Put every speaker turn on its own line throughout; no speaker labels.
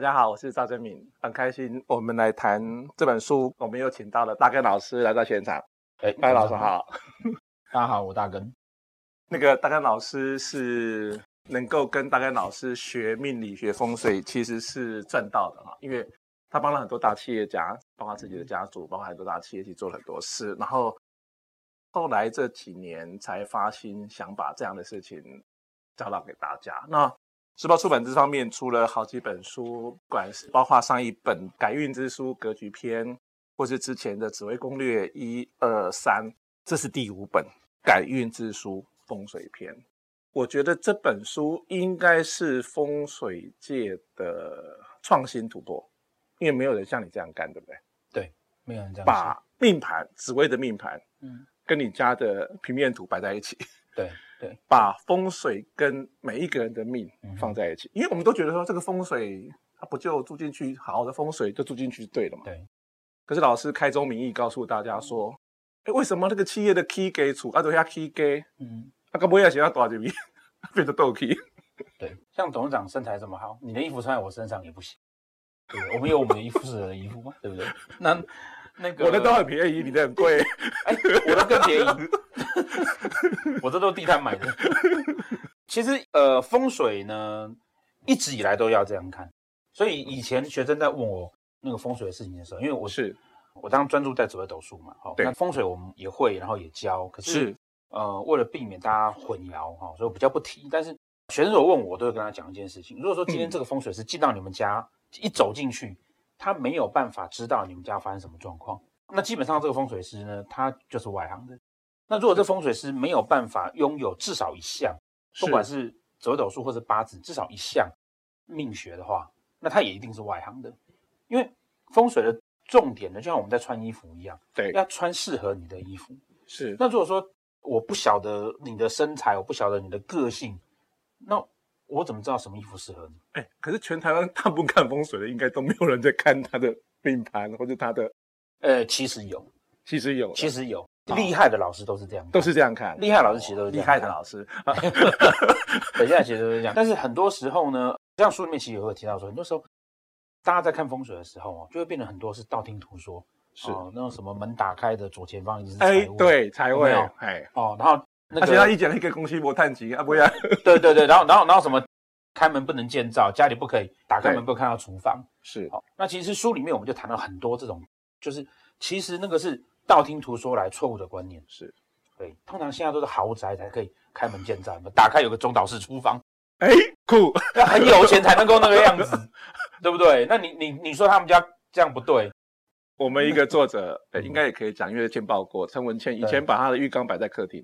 家好，我是赵正敏，很开心我们来谈这本书，我们又请到了大根老师来到现场。
哎，
大根老师好，
大家好，我大根。
那个大根老师是能够跟大根老师学命理学风水，其实是赚到的啊，因为他帮了很多大企业家，包括自己的家族，包括很多大企业去做了很多事，然后后来这几年才发心想把这样的事情教导给大家。那时报出版这方面出了好几本书，不管是包括上一本《改运之书》《格局篇》，或是之前的《紫微攻略》一二三，这是第五本《改运之书》风水篇。我觉得这本书应该是风水界的创新突破，因为没有人像你这样干，对不对？
没有人这样
把命盘、紫微的命盘
说，嗯，
跟你家的平面图摆在一起，
对对，
把风水跟每一个人的命
嗯哼
放在一起，因为我们都觉得说这个风水，它不就住进去，好好的风水就住进去就对了嘛。
对。
可是老师开宗明义告诉大家说，哎，为什么那个企业的 key 给处啊，对下 key 给
嗯，
啊，个不要写到多少米， 变成斗 key，
对。像董事长身材这么好，你的衣服穿在我身上也不行，对不对？我们有我们的衣服是人的衣服嘛， 对不对？那那个
我的都很便宜，你的很贵。
哎，我的更便宜， 我这都地摊买的。其实呃，风水呢，一直以来都要这样看，所以以前学生在问我那个风水的事情的时候，因为我
是
我当专注在紫微斗数嘛，哦，
对
那风水我们也会，然后也教，可是
是，
呃，为了避免大家混淆哈、所以我比较不提。但是学生所问我，我都会跟他讲一件事情：如果说今天这个风水师进到你们家，一走进去，他没有办法知道你们家发生什么状况，那基本上这个风水师呢，他就是外行的。那如果这风水师没有办法拥有至少一项，不管是紫微斗数或是八字，至少一项命学的话，那他也一定是外行的，因为风水的重点呢，就像我们在穿衣服一样，
对
要穿适合你的衣服。
是
那如果说我不晓得你的身材，我不晓得你的个性，那我怎么知道什么衣服适合你？
哎，可是全台湾大部分看风水的，应该都没有人在看他的命盘或者他的，
呃，其实有，
其实有的，
其实有，厉害的老师哦都是这样看，
都是这样看。
厉害的老师其实都是这
厉
样
害
看哦
的，老 师，啊
等一下其实都是这 样。但是很多时候呢，像书里面其实也会提到说，很多时候大家在看风水的时候哦，就会变得很多是道听途说，
是
哦、那种什么门打开的左前方一直是
哎
财，物，
对，财
有
位
没有，
哎，
哦，然后那
而且
个
他一讲一个公司无探钱啊，不要，
对对对，然后然后然后什么开门不能建造，家里不可以打开门不可以看到厨房。
是
好，那其实书里面我们就谈了很多这种，就是其实那个是道听途说来错误的观念。
是，
对，通常现在都是豪宅才可以开门见山，打开有个中岛式厨房，
哎，酷，
要很有钱才能够那个样子，对不对？那你你你说他们家这样不对，
我们一个作者，哎
嗯
应该也可以讲，因为见报过陈文倩，以
对
前把她的浴缸摆在客厅，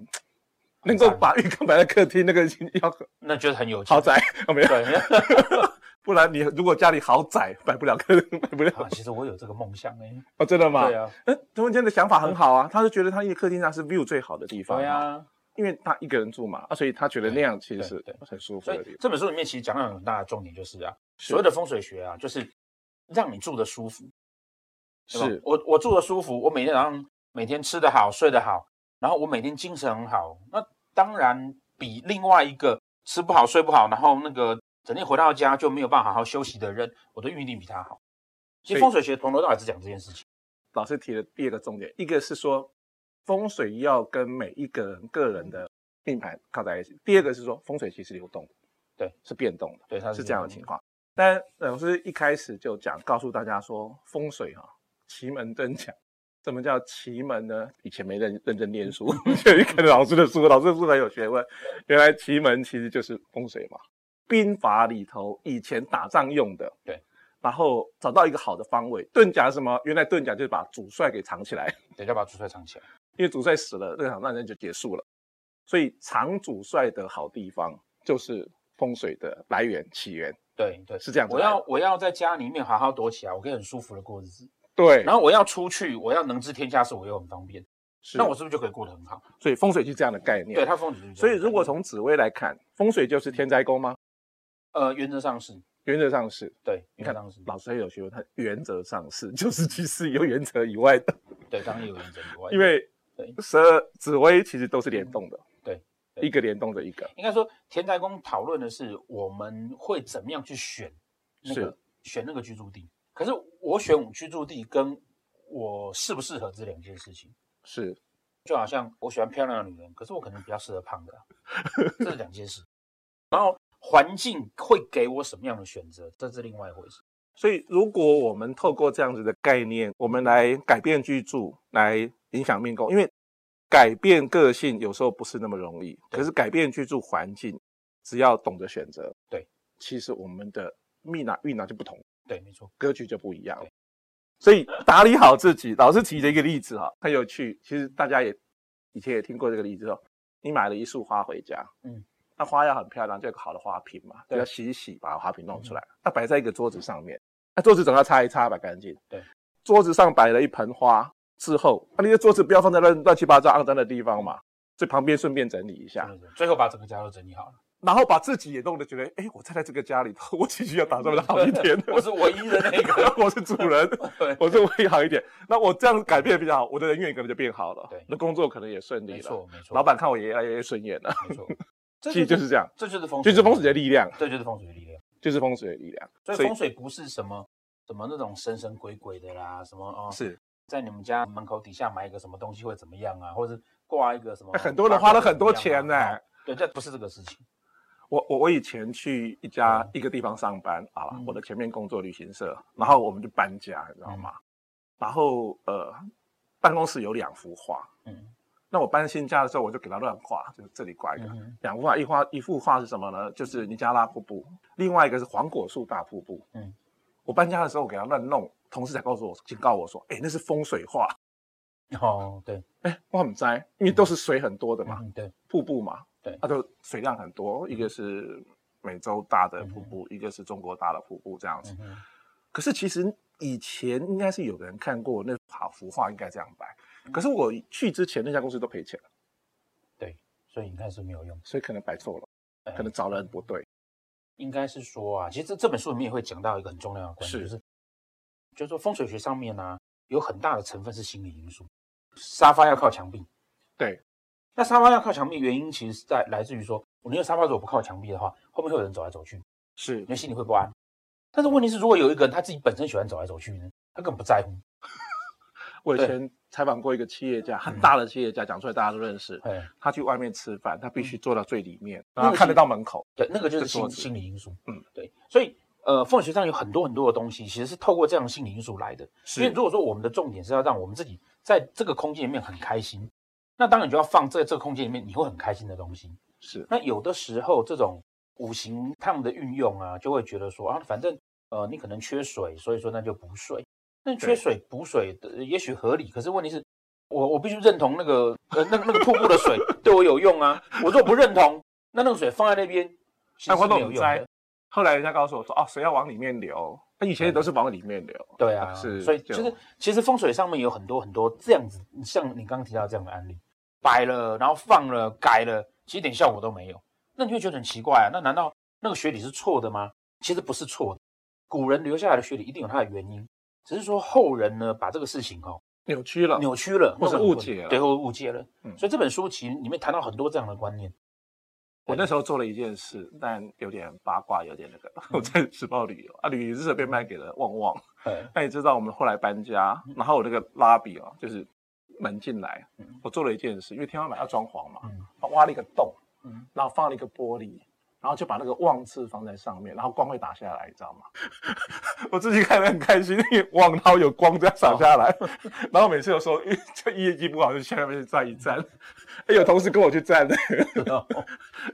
能
很
够
赞
把浴缸摆在客厅，那个要
那就是很有钱。
豪宅， 有 没有？
对，啊
不然你如果家里豪宅摆不了客厅，摆不了
啊，其实我有这个梦想哎、
哦，真的吗？
对啊，
哎，陈文倩的想法很好啊，她是觉得她一个客厅上是 view 最好的地方，
对，啊。
因为她一个人住嘛，啊，所以她觉得那样其实是
对对
很舒服
所
的地
以
方。
这本书里面其实讲到很大的重点就是
啊
啊，
是
所谓的风水学啊，就是让你住的舒服。对吧
是
我我住的舒服，我每天早上每天吃得好，睡得好，然后我每天精神很好，那当然比另外一个吃不好睡不好，然后那个整天回到家就没有办法好好休息的人，我的运力比他好。其
所
实
以
风水学从头到尾只讲这件事情，
老师提的第二个重点，一个是说风水要跟每一个人个人的命盘靠在一起；第二个是说风水其实流动，
对，
是变动的，
对，它
是这样的情况。但老师一开始就讲，告诉大家说风水哈、奇门遁甲。什么叫奇门呢？以前没认认真 念书，就一看老师的书，老师的书很有学问。原来奇门其实就是风水嘛，兵法里头以前打仗用的，然后找到一个好的方位。盾甲是什么？原来盾甲就是把主帅给藏起来，
等一下把主帅藏起来。
因为主帅死了，这场战争就结束了。所以藏主帅的好地方就是风水的来源起源，
对对，
是这样子
我
来的。
要我要在家里面好好躲起来，我可以很舒服的过日子。
对，
然后我要出去，我要能知天下事，我又很方便，
是
那我是不是就可以过得很好？
所以风水就是这样的概念。
对，它风景就是这
所以
样
如果从紫薇来看，风水就是天灾宫吗？
呃原则上是
原则上是。
对，
你
原
看
则上是，
老师很有学问，他原则上是， 就是其实有原则以外的，
对，当然有原则以外，
因为
对嗯
十二紫薇其实都是联动的，
对对
一个联动着一个，
应该说田宅宫讨论的是我们会怎么样去选那
是
个选那个居住地。可是我选居住地跟我适不适合这两件事情，
是
就好像我喜欢漂亮的女人，可是我可能比较适合胖的啊、这是两件事。然后环境会给我什么样的选择，这是另外一回事。
所以，如果我们透过这样子的概念，我们来改变居住，来影响命宫，因为改变个性有时候不是那么容易，
对
可是改变居住环境，只要懂得选择，
对，
其实我们的命啊运啊就不同，
对，没错，
格局就不一样
对。
所以打理好自己，老师提了一个例子哈，很有趣。其实大家也以前也听过这个例子哦。你买了一束花回家，
嗯，
那花要很漂亮，就有个好的花瓶嘛，
对
要洗一洗，把花瓶弄出来，那摆在一个桌子上面，那桌子总要擦一擦，吧，干净。
对，
桌子上摆了一盆花之后，那你的桌子不要放在乱乱七八糟肮脏的地方嘛，所以旁边顺便整理一下，
真的是最后把整个家都整理好了。，
然后把自己也弄得觉得，哎，我站在这个家里头，我必须要打造的好一点
我是唯一的那个。
我是主人，
对，
我是会好一点。那我这样改变比较好，我的人缘可能就变好了，
对
那工作可能也顺利了，
没错，没错。
老板看我也越来越顺眼了。
没错，
其实就是这样，
这就是风，
就是风水的，力量，啊
这就是风水的力量。
就是风水的力量。
所以
所以
风水不是什么什么那种神神鬼鬼的啦，什么哦，
是，
在你们家门口底下买一个什么东西会怎么样啊，或者挂一个什么，
哎很多人花了很多钱呢、
呢。啊哦对，这不是这个事情。
我我我以前去一家一个地方上班啊，
嗯
我的前面工作旅行社，然后我们就搬家，你知道
嗯
吗？然后呃，办公室有两幅画，
嗯
那我搬新家的时候我就给它乱画，就这里挂一个，
嗯哼
两幅画，一画一幅画是什么呢？就是尼加拉瀑布，另外一个是黄果树大瀑布。
嗯，
我搬家的时候我给它乱弄，同事才告诉我，警告我说，哎，那是风水画，
哦，对，
哎，我很栽，因为都是水很多的嘛，
嗯，对，
瀑布嘛，
对嗯
它就水量很多，一个是美洲大的瀑布，一个是中国大的瀑布这样子。
嗯哼
可是其实以前应该是有人看过那好幅画应该这样摆，
嗯
可是我去之前那家公司都赔钱了，
对，所以你看是没有用，
所以可能摆错了，
哎
可能找人不对，
应该是说啊，其实这这本书里面也会讲到一个很重要的观点，
是
就是就是说风水学上面呢、有很大的成分是心理因素。沙发要靠墙壁，
对，
那沙发要靠墙壁，原因其实是在来自于说，我那个沙发如果不靠墙壁的话，后面会有人走来走去，
是
你的心里会不安。但是问题是，如果有一个人他自己本身喜欢走来走去呢，他根本不在乎。
我以
对嗯
前采访过一个企业家，很大的企业家，讲出来大家都认识。
哎，
他去外面吃饭，他必须坐到最里面，
嗯
然后看得到门口。
对，那个就是
这桌
心
子
心理因素。
嗯，
对，所以呃，风水学上有很多很多的东西，其实是透过这样的心理因素来的。因为如果说我们的重点是要让我们自己在这个空间里面很开心，那当然你就要放在这个空间里面你会很开心的东西。
是
那有的时候这种五行他们的运用啊，就会觉得说啊，反正呃你可能缺水，所以说那就补水。那缺
对
水补水的也许合理，可是问题是，我我必须认同那个呃那个那个瀑布的水 对我有用啊。我如果不认同，那那个水放在那边其
哎
实
我
是
懂
没有用
在
的。
后来人家告诉我说，哦，水要往里面流，那以前也都是往里面流。
对啊，
是
所以
就
就是其实风水上面有很多很多这样子，像你刚刚提到这样的案例，摆了，然后放了，改了，其实一点效果都没有。那你会觉得很奇怪啊，那难道那个学理是错的吗？其实不是错的，古人留下来的学理一定有它的原因，只是说后人呢把这个事情哦
扭曲了，
扭曲了，
或是
弄
误
混
解了
对，或误解了。
嗯
所以这本书其实里面谈到很多这样的观 念。
我那时候做了一件事，但有点八卦，有点那
嗯
个。 我在时报旅游啊，旅游社被卖给了旺旺。
哎，
那你知道我们后来搬家，然后我那个拉比哦，就是门进来
嗯，
我做了一件事，因为天花板要装潢嘛，
嗯
挖了一个洞
嗯，
然后放了一个玻璃，然后就把那个望字放在上面，然后光会打下来，你知道吗？ 我自己看得很开心，因为望然后有光这样洒下来，
哦
然后每次有时候因为 这业绩不好就下面去站一站，哎有同事跟我去站的， 哦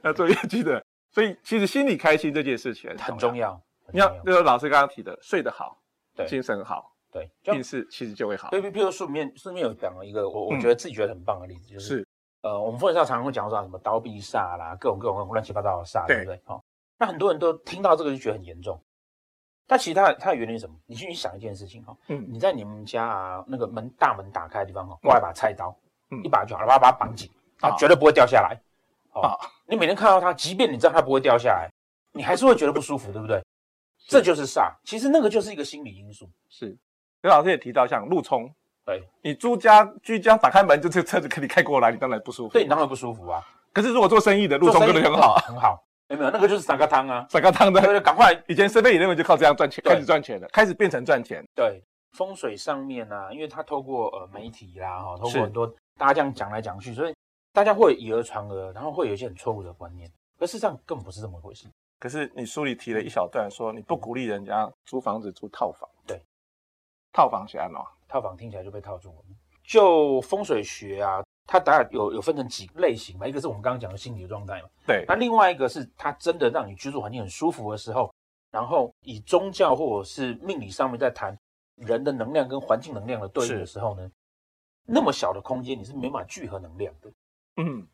要做业绩的，所以其实心里开心这件事情
很重
要。
要，很
你要
重要
就是老师刚刚提的，睡得好，
对
精神好，
对，就
运势其实就会好。
对，比比如书里面书里面有讲了一个我我
嗯
觉得自己觉得很棒的例子，就是
是
呃，我们风水上常常会讲到什么刀必煞啦，各种各种乱七八糟的煞，对
对
不对？哦，那很多人都听到这个就觉得很严重。但其实它它的原因是什么？你去想一件事情哈、哦，
嗯
你在你们家啊那个门大门打开的地方哦，挂一把菜刀，
嗯
一把就好了，把它把它绑紧，它
啊
绝对不会掉下来。哦，
啊
你每天看到它，即便你知道它不会掉下来，你还是会觉得不舒服，对不对？这就是煞，其实那个就是一个心理因素。
是，刘老师也提到像路冲，
对，
你住家居家打开门就这车子给你开过来，你当然不舒服。
对，你，当然不舒服啊。
可是如果做生意的路冲
做
真
生
的
意
很好，啊
很好。有没有？那个就是三个汤啊，
三高汤的。
对，赶快
以前身边理论就靠这样赚钱，
对
开始赚钱了，开始变成赚钱。
对风水上面呢、啊，因为它透过呃媒体啦，哈、透
是
过很多大家这样讲来讲去，所以大家会以讹传讹，然后会有一些很错误的观念，可事实上根本不是这么回事。
可是你书里提
嗯
了一小段说，你不鼓励人家租房子租套房。
对，
套房起来了。
套房听起来就被套住了。就风水学啊，它当然有有分成几类型嘛，一个是我们刚刚讲的心理状态嘛，
对
那，另外一个是它真的让你居住环境很舒服的时候，然后以宗教或者是命理上面在谈人的能量跟环境能量的对应的时候呢，那么小的空间你是没办法聚合能量的。
嗯，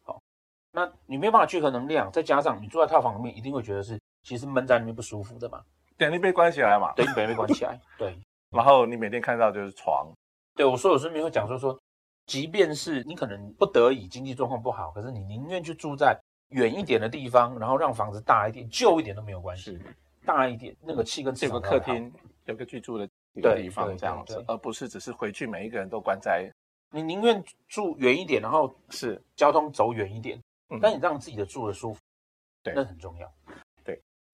那你没办法聚合能量，再加上你住在套房里面，一定会觉得是其实闷在里面不舒服的嘛，
等于被关起来嘛。
对，你本来被关起来，对，
然后你每天看到就是床，
对我说，我顺便会讲说说，即便是你可能不得已经济状况不好，可是你宁愿去住在远一点的地方，然后让房子大一点、旧一点都没有关系，大一点那个气跟气
有个客，厅，有个居住的一个
对
地方
对
这样子
对，对
而不是只是回去每一个人都关在
你宁愿住远一点，然后
是。
交通走远一点，
嗯
但你让自己的住的舒服，
对
那很重要。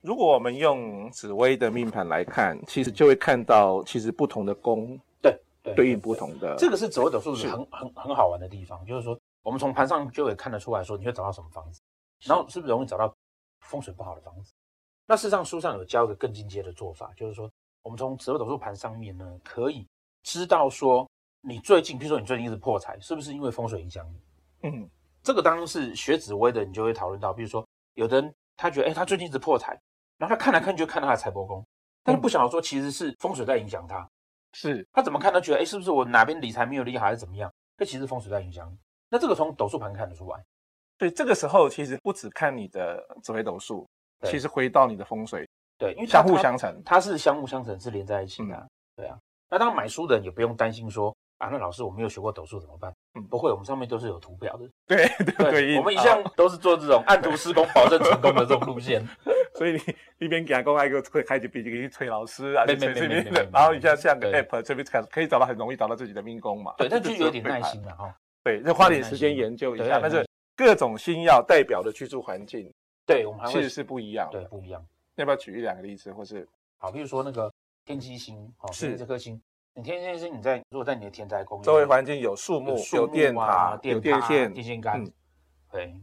如果我们用紫薇的命盘来看，其实就会看到，其实不同的宫
对对
对应不同的
这个是紫微斗数
是
是很很很好玩的地方，就是说我们从盘上就可以看得出来说你会找到什么房子，然后是不是容易找到风水不好的房子。那事实上书上有教一个更进阶的做法，就是说我们从紫微斗数盘上面呢，可以知道说你最近，比如说你最近一直破财，是不是因为风水影响你？
嗯
这个当然是学紫微的，你就会讨论到，比如说有的人他觉得哎、他最近一直破财，然后他看来看去就看他的财帛宫，但是不晓得说其实是风水在影响他。
是
他怎么看都觉得，哎，是不是我哪边理财没有理好，还是怎么样？这其实风水在影响你。那这个从斗数盘看得出来，
所以这个时候其实不只看你的紫微斗数，
对
其实回到你的风水
对，因为它
相互相，嗯成。
它它是相互相成，是连在一起的啊、对啊。那当然买书的人也不用担心说啊，那老师我没有学过斗数怎么办？
嗯
不会，我们上面都是有图表 的。
对对对应，
我们一
啊
向都是做这 种按图施工、保证成功的这种路线。
所以你一边给他公开一个推，开始比一个催老师啊，
没
去催
没
这
没
边
没
的
没没
然后一下像个
对
app 这边可可以找到很容易找到自己的命宫嘛。
对，但
这
就
只
有点
会
耐
看
心。了哈。
对，就花点时间研究一
对
下，
要有
但
耐
是
心
各种星耀代表的居住环境
对，我们还
其实
会
是不一样
啊对嗯
的。
不一样。
要不要举一两个例子，或是
好，比如说那个天机星，好，
是
天机这颗星，你天机星你在如果在你的天灾宫里面
周围环境有树木、
树
有电
木
塔
啊、、
有
电
电线？
电线杆
嗯，
对，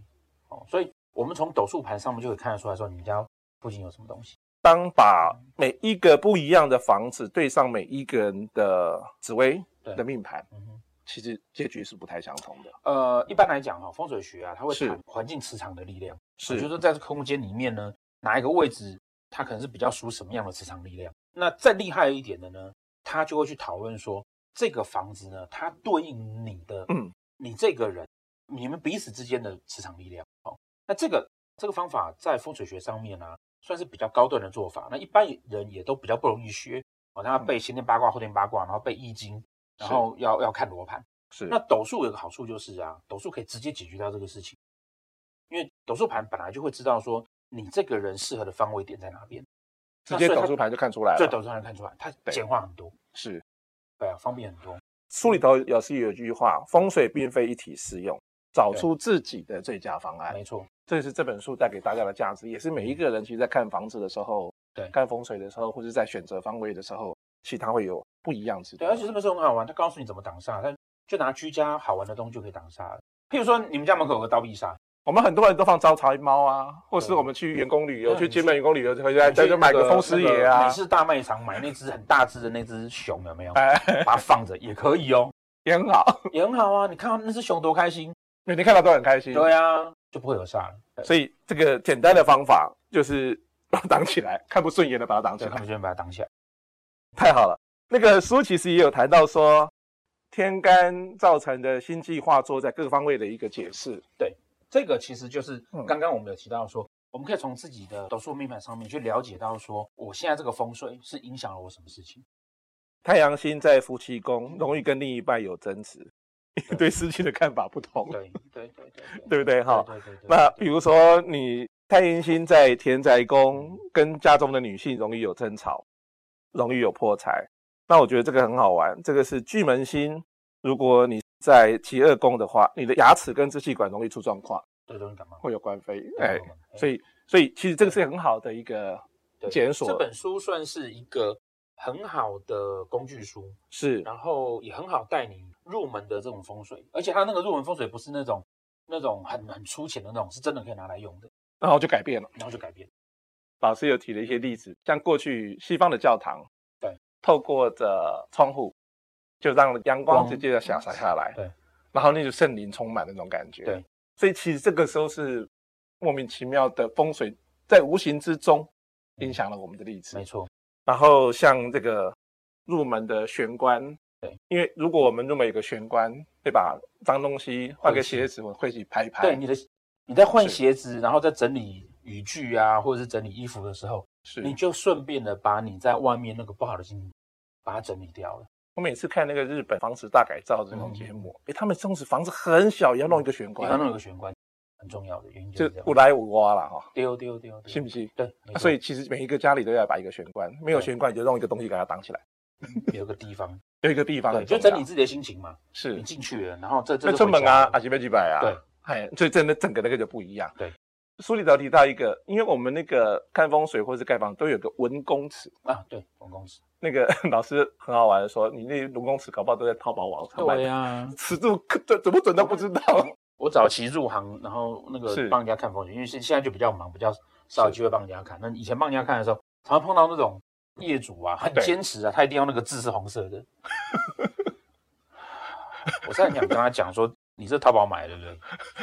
哦，所以我们从斗数盘上面就可以看得出来说，你们家附近有什么东西。
当把每一个不一样的房子对上每一个人的紫薇
对
的命盘，
嗯哼，
其实结局是不太相同的。
呃，一般来讲哈、风水学啊，它会
是
谈环境磁场的力量，哦就是说在这空间里面呢，哪一个位置它可能是比较属什么样的磁场力量。那再厉害一点的呢，他就会去讨论说，这个房子呢，它对应你的，
嗯，
你这个人，你们彼此之间的磁场力量。哦，那这个这个方法在风水学上面呢、算是比较高端的做法。那一般人也都比较不容易学哦，他要
嗯
背先天八卦、后天八卦，然后背易经，然后要要看罗盘。
是
那斗数有个好处就是啊，斗数可以直接解决掉这个事情，因为斗数盘本来就会知道说你这个人适合的方位点在哪边，
直接斗数盘就看出来
这
了。
斗数盘看出来，它
对
简化很多，
是
对啊，方便很多。
书里头有是有一句话：风水并非一体适用，找出自己的最佳方案。
没错，
这是这本书带给大家的价值，也是每一个人其实在看房子的时候，
嗯对
看风水的时候，或者在选择方位的时候，其实它会有不一样之处。
对，而且这本书很好玩，它告诉你怎么挡煞，但就拿居家好玩的东西就可以挡煞了。譬如说，你们家门口有个刀币煞，
我们很多人都放招财猫啊，或是
对
我们去员工旅游，
对
去
你去
金门员工旅游回来，再就买个风师爷
那个
啊
美，式大卖场买那只很大只的那只熊，有没有？
哎，
把它放着也可以哦，
也很好，
也很好啊。你看到那只熊多开心，
每天看到都很开心。
对啊，就不会有煞了。对
所以这个简单的方法就是把它挡起来，看不顺眼的把它挡起
对，
来
他。们就能把它挡起来。
太好了，那个书其实也有谈到说，天干造成的新计划做在各方位的一个解释。
这个其实就是
嗯
刚刚我们有提到说，我们可以从自己的斗数命盘上面去了解到说，我现在这个风水是影响了我什么事情。
太阳星在夫妻宫，容易跟另一半有争执，
对
对事情的看法不同，
对对对对
对不对？哈，
对对对。
那比如说你太阴星在田宅宫，跟家中的女性容易有争吵，容易有破财。那我觉得这个很好玩，这个是巨门星，如果你在极恶宫的话，你的牙齿跟支气管容易出状况，
对容易感冒，
会有官非。哎，
对
所以所以其实这个是很好的一个
对
检索
这本书算是一个很好的工具书，
是
然后也很好带你入门的这种风水，而且它那个入门风水不是那种那种很很粗浅的那种，是真的可以拿来用的，
然后就改变了。
然后就改变。
老师有提了一些例子，像过去西方的教堂，
对，
透过的窗户就让阳光
光
直接的洒洒下来，
对，
然后那种圣灵充满那种感觉，
对，
所以其实这个时候是莫名其妙的风水在无形之中影响了我们的例子
嗯没，错，
然后像这个入门的玄关，
对，
因为如果我们入门有个玄关，会把脏东西换个鞋子，我会去拍一拍，
对你的你在换
是
鞋子，然后再整理语句啊，或者是整理衣服的时候，
是
你就顺便的把你在外面那个不好的心情把它整理掉了。
我每次看那个日本房子大改造的那
嗯
种节目，诶，他们当时房子很小，也要弄一个玄
你
关
刚，弄有个玄关很重要的原因就
就是
这
五
样。
来五挖了哈，
丢丢丢，丢
信不信？啊
对，嗯没错
所以其实每一个家里都要摆一个玄关，没有
对
玄关你就弄一个东西给它挡起来，
有个地方，
有一个地方
对，
很
就
重要
整理自己的心情嘛。你
是
进去了，然后这这
那
就
出
回
门
家
啊
了，
啊，几百几百啊，
对，
哎，所以真的整个那个就不一样。
对，
书里头提到一个，因为我们那个看风水或是盖房都有个文公尺，
啊，对，总公司。
那个 老师很好玩的说，你那文公尺搞不好都在淘宝网上买的，
呀，
尺度可准怎么准都不知 道。
我早期入行，然后那
是
个帮人家看风水，因为现现在就比较忙，比较少有机会帮人家看。那以前帮人家看的时候，常常碰到那种业主啊，很
对
坚持啊，他一定要那个字是红色 的。我现在想跟他讲说，你是淘宝买的对不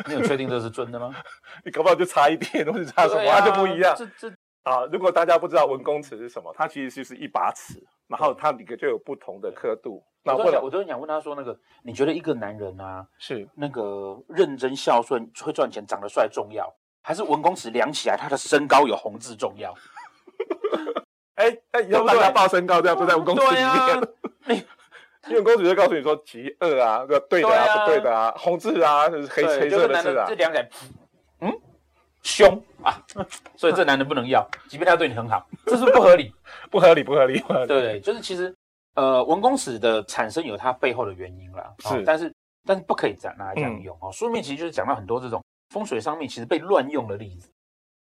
对？你有确定这是真的 吗？
你搞不好就差一点，或者差什么，
对啊
它就不一样
这这
啊。如果大家不知道文公尺是什么，它其实就是一把尺，然后它里面就有不同的刻度。那
我都
为
想，
了
我都想问他说，那个你觉得一个男人啊，
是
那个认真孝顺、会赚钱、长得帅重要，还是文公尺量起来他的身高有红字重要？
哎，那以后
对不对
大家报身高，这样不在文公尺里
对 啊
面。因为文公尺就告诉你说极恶啊，对对的
对
啊，
啊
不对的啊，红字啊，就是黑黑
对，就
色
是
的
男
字
人
啊
这，两点，嗯，凶啊， 所以这男人不能要，即便他对你很好，这是不合 理，
不合理，不合理，不合理。
对不对？就是其实，呃，文公尺的产生有它背后的原因啦，哦
是嗯
但是但是不可以拿拿来这样用、哦。书面其实就是讲到很多这种风水上面其实被乱用的例子，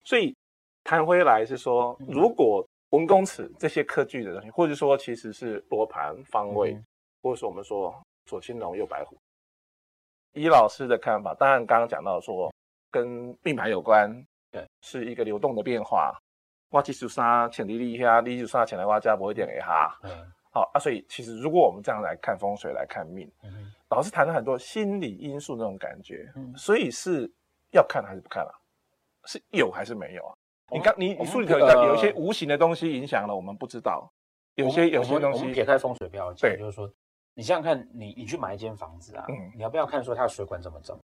所以谈回来是说，
嗯
如果文公尺这些科技的东西，或者说其实是罗盘方位，
嗯
或者是我们说左青龙右白虎，以老师的看法，当然刚刚讲到说跟命盘有关，
对，
是一个流动的变化。挖技术沙潜力力哈，技术沙潜来挖家不会点给哈。
嗯
好啊，所以其实如果我们这样来看风水来看命，
嗯
老师谈了很多心理因素那种感觉，
嗯
所以是要看还是不看啊？是有还是没有啊？你
我们
刚你
我
你
们
书里头
呃
讲有一些无形的东西影响了我们不知道，有些有
我
些
们
东
我们
西
撇开风水不要讲，
对
就是说，你想想看，你你去买一间房子啊，
嗯
你要不要看说它的水管怎么走，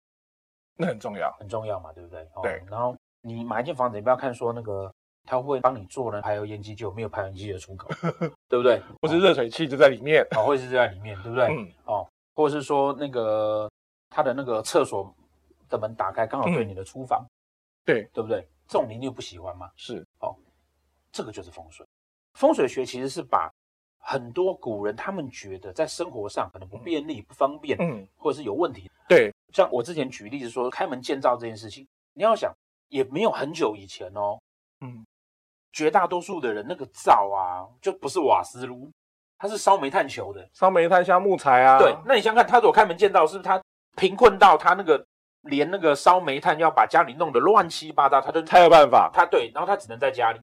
那很重要，
很重要嘛，对不对？哦
对。
然后你买一间房子，你不要看说那个他会帮你做了排油烟机，就没有排油烟机的 出口，对不对？
或是热水器就在里面，
哦，会是在里面，对哦不对？
嗯，
哦，或者是说那个他的那个厕所的门打开，刚好对你的厨房，
嗯对
对不对？这种你一定不喜欢嘛，
是
这个就是风水。风水学其实是把很多古人他们觉得在生活上可能不便利、不方便，
嗯
或者是有问题。
对，
像我之前举例子说开门建造这件事情，你要想也没有很久以前哦，
嗯
绝大多数的人那个灶啊，就不是瓦斯炉，它是烧煤炭球的。
烧煤炭、像木材啊，
对，那你想想看，他如果开门见到，是不是他贫困到他那个连那个烧煤炭要把家里弄得乱七八糟，他就
才有办法。
他对，然后他只能在家里。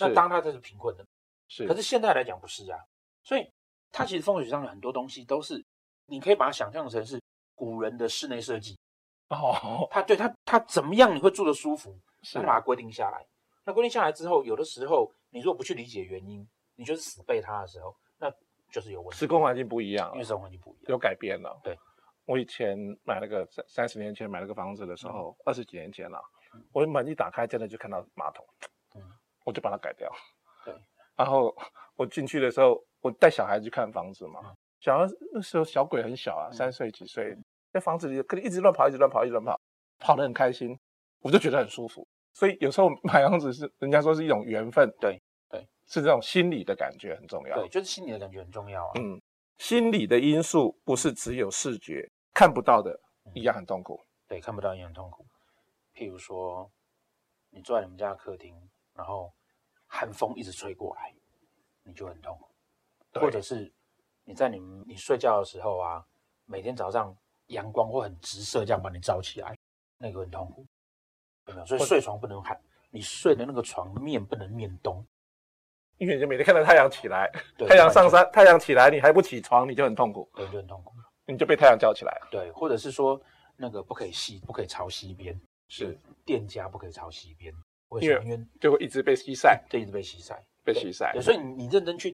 那
是
当他这是贫困的，
是
可是现在来讲不是啊，所以它其实风水上的很多东西都是你可以把它想象成是古人的室内设计，
哦
他对他他怎么样你会住得舒服，
是
他把它规定下来。那规定下来之后，有的时候你如果不去理解原因，你就是死背它的时候，那就是有问题
时，空环境不一样
因为
了，
生活环境不一样。
有改变了。
对，
我以前买那个三三十年前买那个房子的
嗯
时候，二十几年前了，我门一打开，真的就看到马桶
嗯，
我就把它改掉。
对，
然后我进去的时候，我带小孩去看房子嘛
嗯，
小孩那时候小鬼很小啊，
嗯
三岁几岁，在房子里可以一直乱跑，一直乱跑，一直乱跑，跑得很开心，我就觉得很舒服。所以有时候买房子是人家说是一种缘分，
对对，
是这种心理的感觉很重要。
对，就是心理的感觉很重要啊。
嗯心理的因素不是只有视觉看不到的，一样很痛苦。
对，看不到也很痛苦。譬如说，你坐在你们家的客厅，然后寒风一直吹过来，你就很痛苦。
对
或者是你在你们你睡觉的时候啊，每天早上阳光会很直射这样把你照起来，那个很痛苦，有没有？所以
或
睡床不能喊，你睡的那个床面不能面东，
因为你就每天看到太阳起来，
对
太阳上，山，太阳起来，你还不起床，你就很痛苦，
对，就很痛苦。
你就被太阳叫起来了。
对，或者是说那个不可以西，不可以朝西边，
是，
店家不可以朝西边，为
因
什
为
么？因为
就会一直被西晒，
这一直被西晒。
被西晒
对，。所以你你认真去，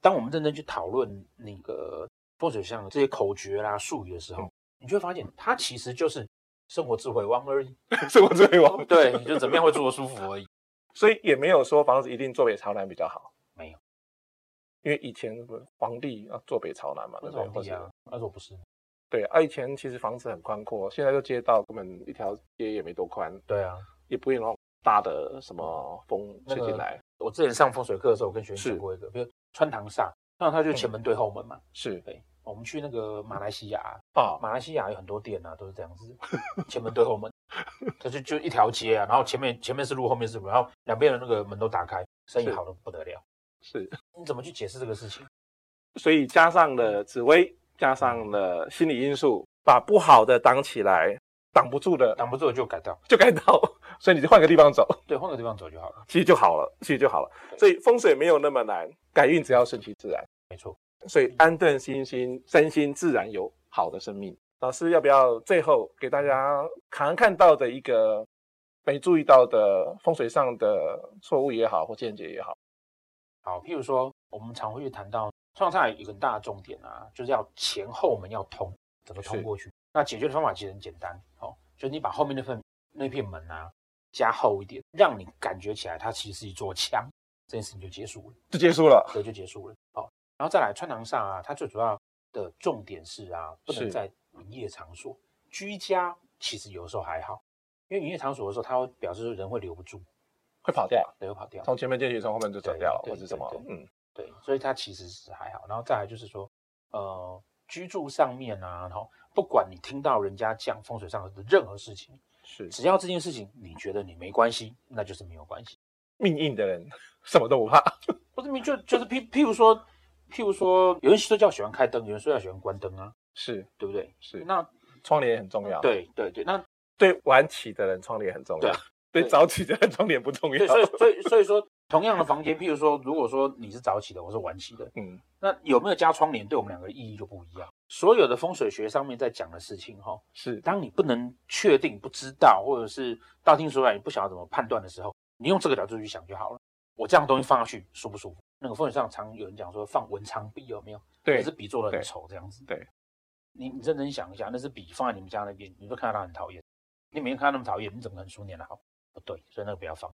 当我们认真去讨论那个风水上的这些口诀啦、术语的时候，
嗯
你就会发现它其实就是生活智慧王 而已。
是我最忘。
对，你就怎么样会住得舒服而已。
所以也没有说房子一定坐北朝南比较好，
没有，
因为以前什么皇帝啊坐北朝南嘛，对
那
不
是
对？或
皇帝啊
者，
那我不是。
对啊，以前其实房子很宽阔，现在就街道根本一条街也没多宽，
对啊，
也不会有那种大的什么风吹进来，
我之前上风水课的时候，我跟学生
是嗯
讲过一个，比如穿堂煞，穿堂煞就是前门对后门嘛。
是
对，我们去那个马来西亚啊，
啊，
马来西亚有很多店啊，都是这样子，前门对后门，它就就一条街啊，然后前面前面是路，后面是路，然后两边的那个门都打开，生意
是
好的不得了。
是，
你怎么去解释这个事情？
所以加上了紫薇，加上了心理因素，把不好的挡起来，挡不住的
挡不住就改道，
就该到，所以你就换个地方走，
对，换个地方走就好了。
其实就好了，其实就好了。所以风水没有那么难，改运只要顺其自然。
没错，
所以安顿心心，身心自然有好的生命。老师要不要最后给大家常看到的一个没注意到的风水上的错误也好，或见解也好，
好，譬如说我们常会去谈到创造有个很大的重点啊，就是要前后门要通，怎么通
是
过去？那解决的方法其实很简单，哦，就是你把后面那份那片门啊加厚一点，让你感觉起来它其实是一座墙，这件事情就结束了。
就结束了。
所以就结束了。好、然后再来穿堂煞啊，它最主要的重点是啊，不能
是
在营业场所、居家，其实有时候还好，因为营业场所的时候，它会表示说人会留不住，
会跑掉，
人会跑掉。
从前面进去，从后面就走掉了，
对
或者什么
对，对
嗯，
对，所以它其实是还好。然后再来就是说，呃，居住上面啊，然后不管你听到人家讲风水上的任何事情，
是
只要这件事情你觉得你没关系，那就是没有关系。
命硬的人什么都不怕，
不是，就就是譬譬如说，譬如说，有人睡觉喜欢开灯，有人睡觉喜欢关灯啊，
是
对不对？
是，
那
窗帘也很重要，
对对对，那
对，晚起的人窗帘很重要对
对，对
早起的人窗帘不重要，
对，所以所以所以说，同样的房间，譬如说，如果说你是早起的，我是晚起的，
嗯，
那有没有加窗帘，对我们两个意义就不一样。所有的风水学上面在讲的事情，哈，
是
当你不能确定、不知道，或者是道听途说，你不晓得怎么判断的时候，你用这个角度去想就好了。我这样东西放下去舒不舒服？那个风水上常有人讲说放文昌笔有没有？
对
可是笔做的
对
很丑这样子。
对，
你你认真想一下，那支笔放在你们家那边，你都看到它很讨厌，你每天看到那么讨厌，你怎么可能书念得好？不对，所以那个不要放。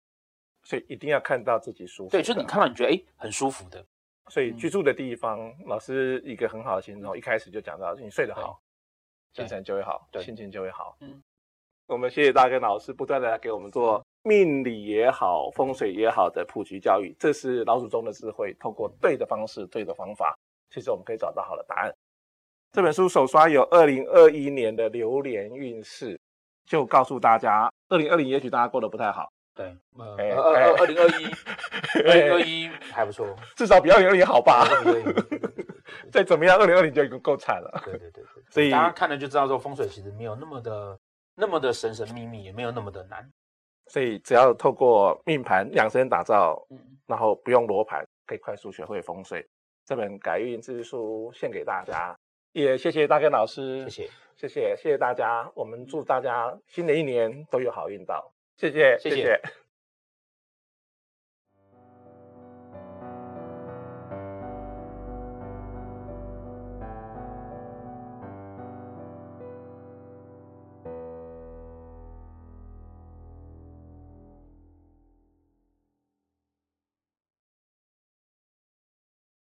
所以一定要看到自己舒服的，
对，就是你看到你觉得哎很舒服的，
所以
嗯
居住的地方，老师一个很好的形容，一开始就讲到，你睡得好，
对
精神就会好，
对
心情就会好。
嗯，
我们谢谢大根老师不断的来给我们做命理也好，风水也好的普及教育，这是老祖宗的智慧。透过对的方式、对的方法，其实我们可以找到好的答案。这本书首刷有二零二一年的流年运势，就告诉大家，二零二零也许大家过得不太好，
对，呃，
哎
二
哎
二二零二一， 二零二一还不错，
至少比二零二零好吧？
2021
再怎么样，二零二零就已经够惨了。
对对对对对，
所以
大家看了就知道说风水其实没有那么的那么的神神秘秘，也没有那么的难。
所以只要透过命盘量身打造，
嗯，
然后不用罗盘，可以快速学会风水。这本改运之书献给大家，也谢谢大根老师，
谢谢，
谢谢谢谢大家，我们祝大家新的一年都有好运到，谢谢
谢谢
谢